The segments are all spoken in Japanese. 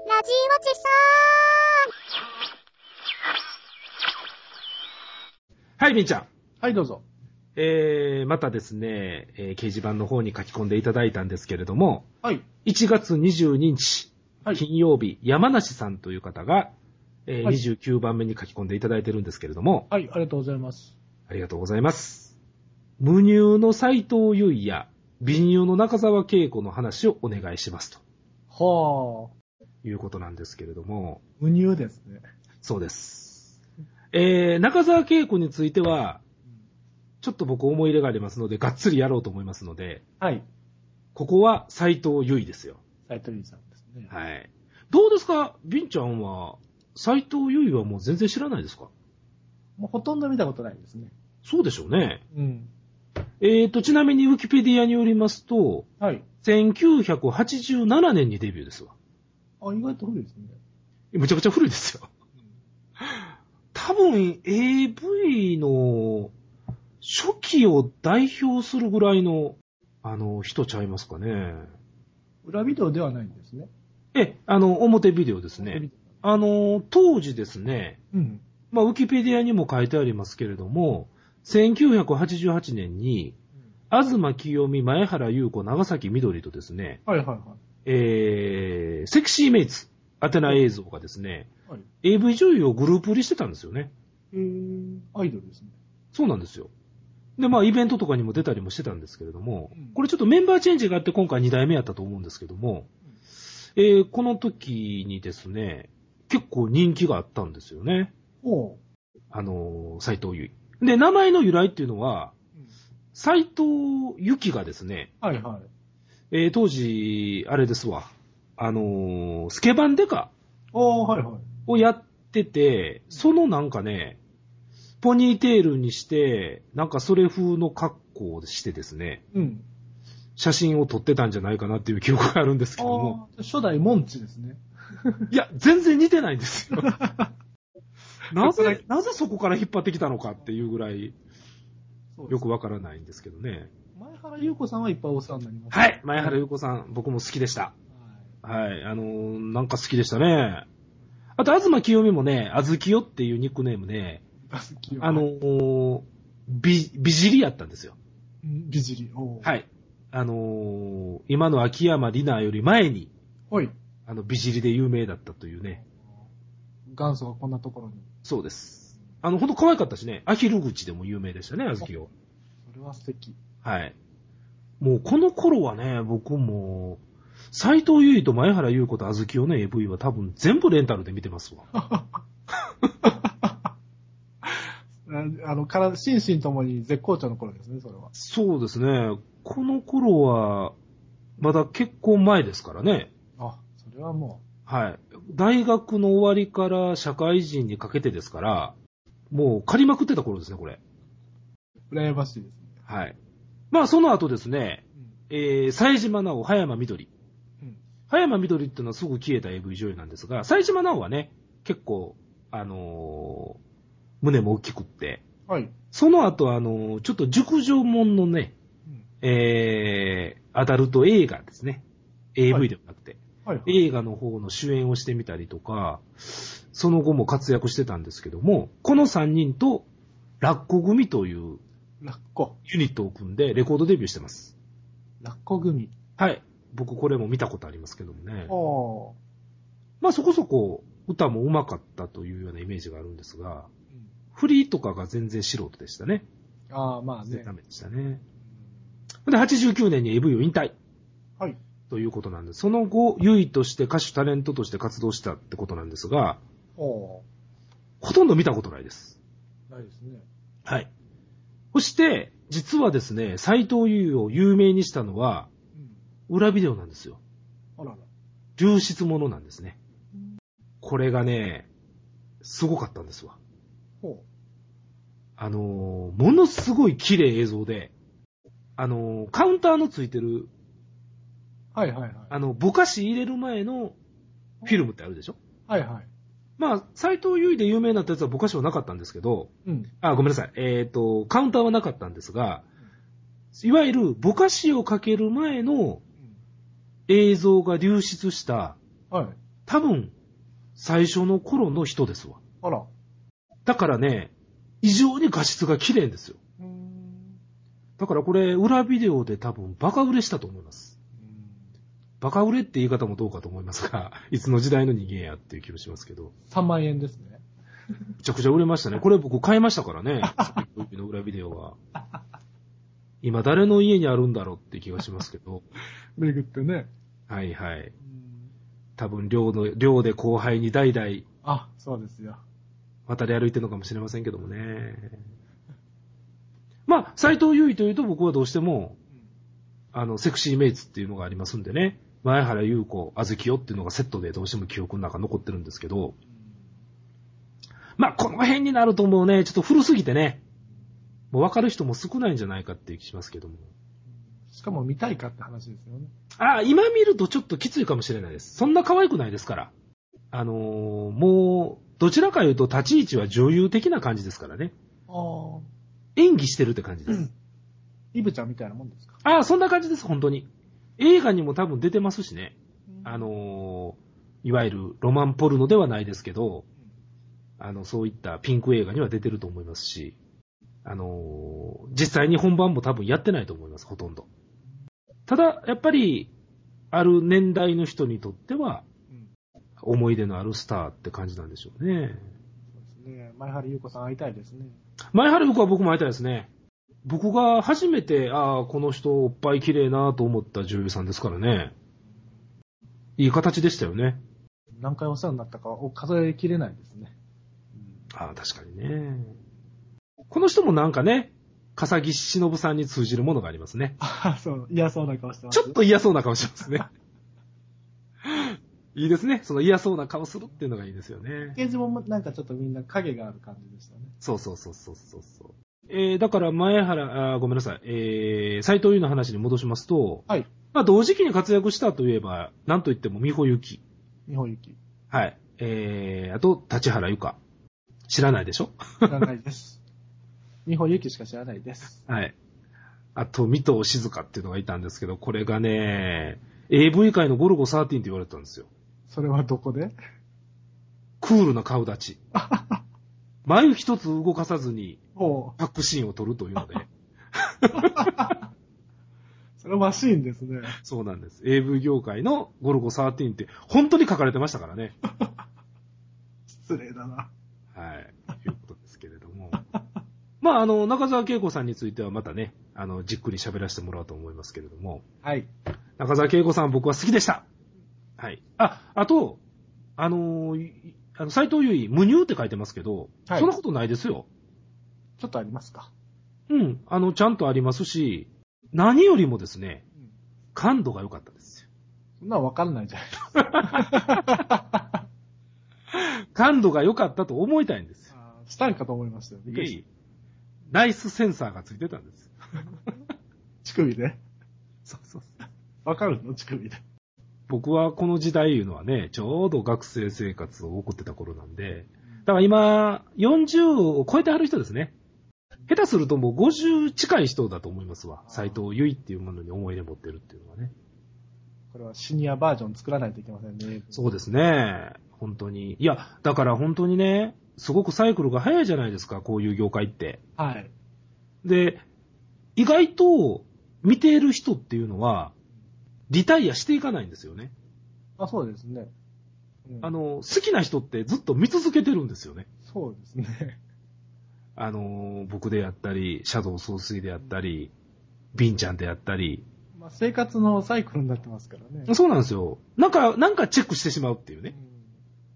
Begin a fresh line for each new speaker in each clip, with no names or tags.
ちそ
はい、みーちゃん。
はい、どうぞ。
えー、またですね、えー掲示板の方に書き込んでいただいたんですけれども、
はい。
1月22日、
はい
金曜日、山梨さんという方が、えー
はい
29番目に書き込んでいただいてるんですけれども、
はい、ありがとうございます。
ありがとうございます。無乳の斎藤優衣や、美乳の中沢恵子の話をお願いします
はあ。
ということなんですけれども、
無乳ですね。
そうです。えー、中沢恵子については、ちょっと僕思い入れがありますので、がっつりやろうと思いますので、
はい。
ここは斎藤優衣ですよ。
斉藤由さんですね。
はい。どうですか、ビンちゃんは、斎藤優衣はもう全然知らないですか
もうほとんど見たことないですね。
そうでしょうね。
うん。
えーと、ちなみにウィキペディアによりますと、
はい。
1987年にデビューですわ。
あ、意外と古いですね。
めちゃくちゃ古いですよ。 多分 AV の初期を代表するぐらいの、あの、人ちゃいますかね。
裏ビデオではないんですね。
え、あの、表ビデオです
裏ビ
ね
デ。
あの、当時ですね、
オうん。
まあ、ウィキペディアにも書いてありますけれども、1988年に、東清美、前原優子、長崎みどりとですね、
はいはいは
えー、セクシーメイツ、アテナ映像がですね、
い。はい。
AV 女優をグループ売りしてたんですよね。
えー、アイドルですね。
そうなんですよ。で、まあ、イベントとかにも出たりもしてたんですけれども
うん、
これちょっとメンバーチェンジがあって今回2代目やったと思うんですけども、えー、この時にですね、結構人気があったんですよね。
おう。
あのー、斎藤由衣。で、名前の由来っていうのは、
うん
斎藤由紀がですね、
はいはい。
えー当時、あれですわ、あのースケバンデカ
おー、はいはい。
をやってて、そのなんかね、ポニーテールにして、なんかそれ風の格好をしてですね、
うん。
写真を撮ってたんじゃないかなっていう記憶があるんですけども、
あー初代モンチですね。
いや、全然似てないんです よ。な
そこだ
ぜ、なぜそこから引っ張ってきたのかっていうぐらい、
そうです
よくわからないんですけどね。
前原優子さんはいっぱいお世話になりました。
はい、前原優子さん、僕も好きでした。はい、あのーなんか好きでしたね。あと、東清美もね、あずきよっていうニックネームで、
はい。好きよ
あの、ーび、びじりやったんですよ。
うん美尻。おう。い。
はい。あのー今の秋山里奈より前に、
おい。
あの、びじりで有名だったというね。
元祖がこんなところに。
そうです。あの、ほんと可愛かったしね、アヒル口でも有名でしたね、あずきよ。
それは素敵。
はい。もうこの頃はね、僕も、斎藤優衣と前原優子とあずきをね、AV は多分全部レンタルで見てますわ。
ああの、から、心身ともに絶好調の頃ですね、それは。
そうですね。この頃は、まだ結婚前ですからね。
あ、それはも
はい。大学の終わりから社会人にかけてですから、もう借りまくってた頃ですね、これ。
う、羨ましいですね。
はい。まあ、その後ですね、
うん
えー、冴島直、葉山みどり。
うん
葉山みどりっていうのはすぐ消えた AV 女優なんですが、冴島直はね、結構、あのー胸も大きくって、
はい。
その後、あのーちょっと熟女門のね、
うん
えー、アダルト映画ですね。
は
AV
い
ではなくて、
はいはい。
映画の方の主演をしてみたりとか、その後も活躍してたんですけども、この3人と、ラッコ組という
ラッコ。
ユニットを組んでレコードデビューしてます。
ラッコ組。
はい。僕これも見たことありますけどもね。
おー。
まあそこそこ歌も上手かったというようなイメージがあるんですが、
うん
フリーとかが全然素人でしたね。
ああ、まあね
ダ。メでしたね。で、89年に AV を引退
はい。
ということなんで、その後、優位として歌手タレントとして活動したってことなんですが、
お
ほとんど見たことないです。
ー。ないですね。
はい。そして、実はですね、斎藤優を有名にしたのは、
うん。
裏ビデオなんですよ。
あらら。
流出物なんですね。これがね、すごかったんですわ。
ほ
あのーものすごい綺麗映像で、あのーカウンターのついてる、
う。はいはいはい。
あの、ぼかし入れる前のフィルムってあるでしょ
はいはい。
まあ、斎藤優衣で有名になったやつはぼかしはなかったんですけど、
うん。
あ、ごめんなさい。えっ、と、カウンターはなかったんですが、いわゆるぼかしをかける前の
うん
映像が流出した、
はい。
多分、最初の頃の人ですわ。
あら。
だからね、異常に画質が綺麗ですよ。
うーん。
だからこれ、裏ビデオで多分バカ売れしたと思います。バカ売れって言い方もどうかと思いますが、 いつの時代の人間やっていう気もしますけど、
3万円ですね。
めちゃくちゃ売れましたね。これ僕買いましたからね、小指の裏ビデオは。今誰の家にあるんだろうって気がしますけど、
巡ってね。
はいはい。多分寮の、寮で後輩に代々
あ、そうですよ。
渡り歩いてるのかもしれませんけどもね。まあ、斎藤優衣というと僕はどうしても、あの、セクシーメイツっていうのがありますんでね。前原優子、あずきよっていうのがセットでどうしても記憶の中残ってるんですけど、まあ、この辺になるともうね、ちょっと古すぎてね、もう分かる人も少ないんじゃないかっていう気しますけども。
しかも見たいかって話ですよね。
ああ、今見るとちょっときついかもしれないです。そんな可愛くないですから。あのーもう、どちらか言うと立ち位置は女優的な感じですからね。
ああ。
演技してるって感じです。
イブちゃんみたいなもんですか
ああ、そんな感じです、本当に。映画にも多分出てますしね。あ、
うん
のーいわゆるロマンポルノではないですけど、あの、そういったピンク映画には出てると思いますし、あのー実際に本番も多分やってないと思います、ほとんど。ただ、やっぱり、ある年代の人にとっては、
うん
思い出のあるスターって感じなんでしょうね。
そうですね。前原優子さん会いたいですね。
前原僕は僕も会いたいですね。僕が初めて、ああ、この人おっぱい綺麗なと思った女優さんですからね。いい形でしたよね。
何回お世話になったかを数えきれないですね。
ああ、確かにね。この人もなんかね、笠木忍さんに通じるものがありますね。
ああ、そう、嫌そうな顔してま
ち
す。
ょっと嫌そうな顔しますね。いいですね。その嫌そうな顔するっていうのがいいですよね。
ケージもなんかちょっとみんな影がある感じでしたね。
そうそうそうそうそうそう。えー、だから前原、あーごめんなさい、えー、斎藤優の話に戻しますと、
はい。
まあ同時期に活躍したといえば、なんといっても美穂ゆき。
日本 行き。
はい。えー、あと、立原ゆか。知らないでしょ
知らないです。日本行きしか知らないです。
はい。あと、三藤静香っていうのがいたんですけど、これがね、AV 界のゴルゴ13って言われてたんですよ。
それはどこで
クールな顔 立ち。眉一つ動かさずに、
おう
パックシーンを撮るというので。
それはマシーンですね。
そうなんです。AV 業界のゴルゴ13って、本当に書かれてましたからね。
失礼だな。
はい。ということですけれど も。まあ、あの、中澤恵子さんについてはまたね、あの、じっくり喋らせてもらおうと思いますけれども。
はい。
中澤恵子さん僕は好きでした。はい。あ、あと、あのーいあの、斎藤優衣、無乳って書いてますけど、
はい
そんなことないですよ。
ちょっとありますか。
うん。あの、ちゃんとありますし、何よりもですね、感度が良かったですよ。
そんなんわかんないじゃないです
感度が良かったと思いたいんですよ。
か。したんかと思いましたよ。びっくりし
ナイスセンサーがついてたんです。
た乳首で。
そうそうそう。
わかるの乳首で。
僕はこの時代いうのはね、ちょうど学生生活を送ってた頃なんで、だから今、40を超えてはる人ですね。下手するともう50近い人だと思いますわ。斎藤由衣っていうものに思い出持ってるっていうのはね。
これはシニアバージョン作らないといけませんね。
そうですね。本当に。いや、だから本当にね、すごくサイクルが早いじゃないですか、こういう業界って。
はい。
で、意外と見ている人っていうのは、リタイアしていかないんですよね。
あ、そうですね。うん
あ、の、好きな人ってずっと見続けてるんですよね。
そうですね。
あのー、僕であったり、シャドウ総帥であったり、ビンちゃんであったり、
まあ、生活のサイクルになってますからね。
そうなんですよ。なんか、なんかチェックしてしまうっていう
う
ね。
ん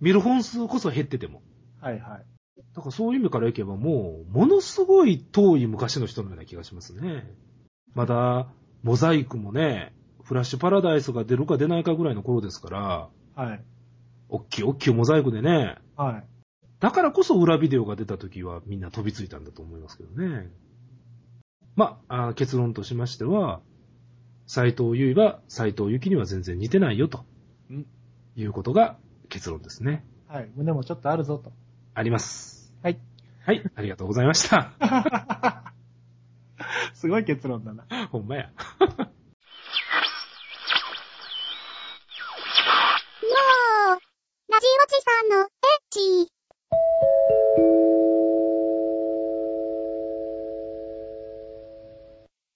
見る本数こそ減ってても。
はいはい。
だからそういう意味からいけばもう、ものすごい遠い昔の人のような気がしますね。まだ、モザイクもね、フラッシュパラダイスが出るか出ないかぐらいの頃ですから、
はい。
おっきいおっきいモザイクでね、
はい。
だからこそ裏ビデオが出た時はみんな飛びついたんだと思いますけどね。まあ、あー結論としましては、斎藤優衣は斎藤由紀には全然似てないよと
うん、
いうことが結論ですね。
はい。胸もちょっとあるぞと。
あります。
はい。
はい、ありがとうございました。
すごい結論だな。
ほんまや。
にゃーラジオチさんのチー。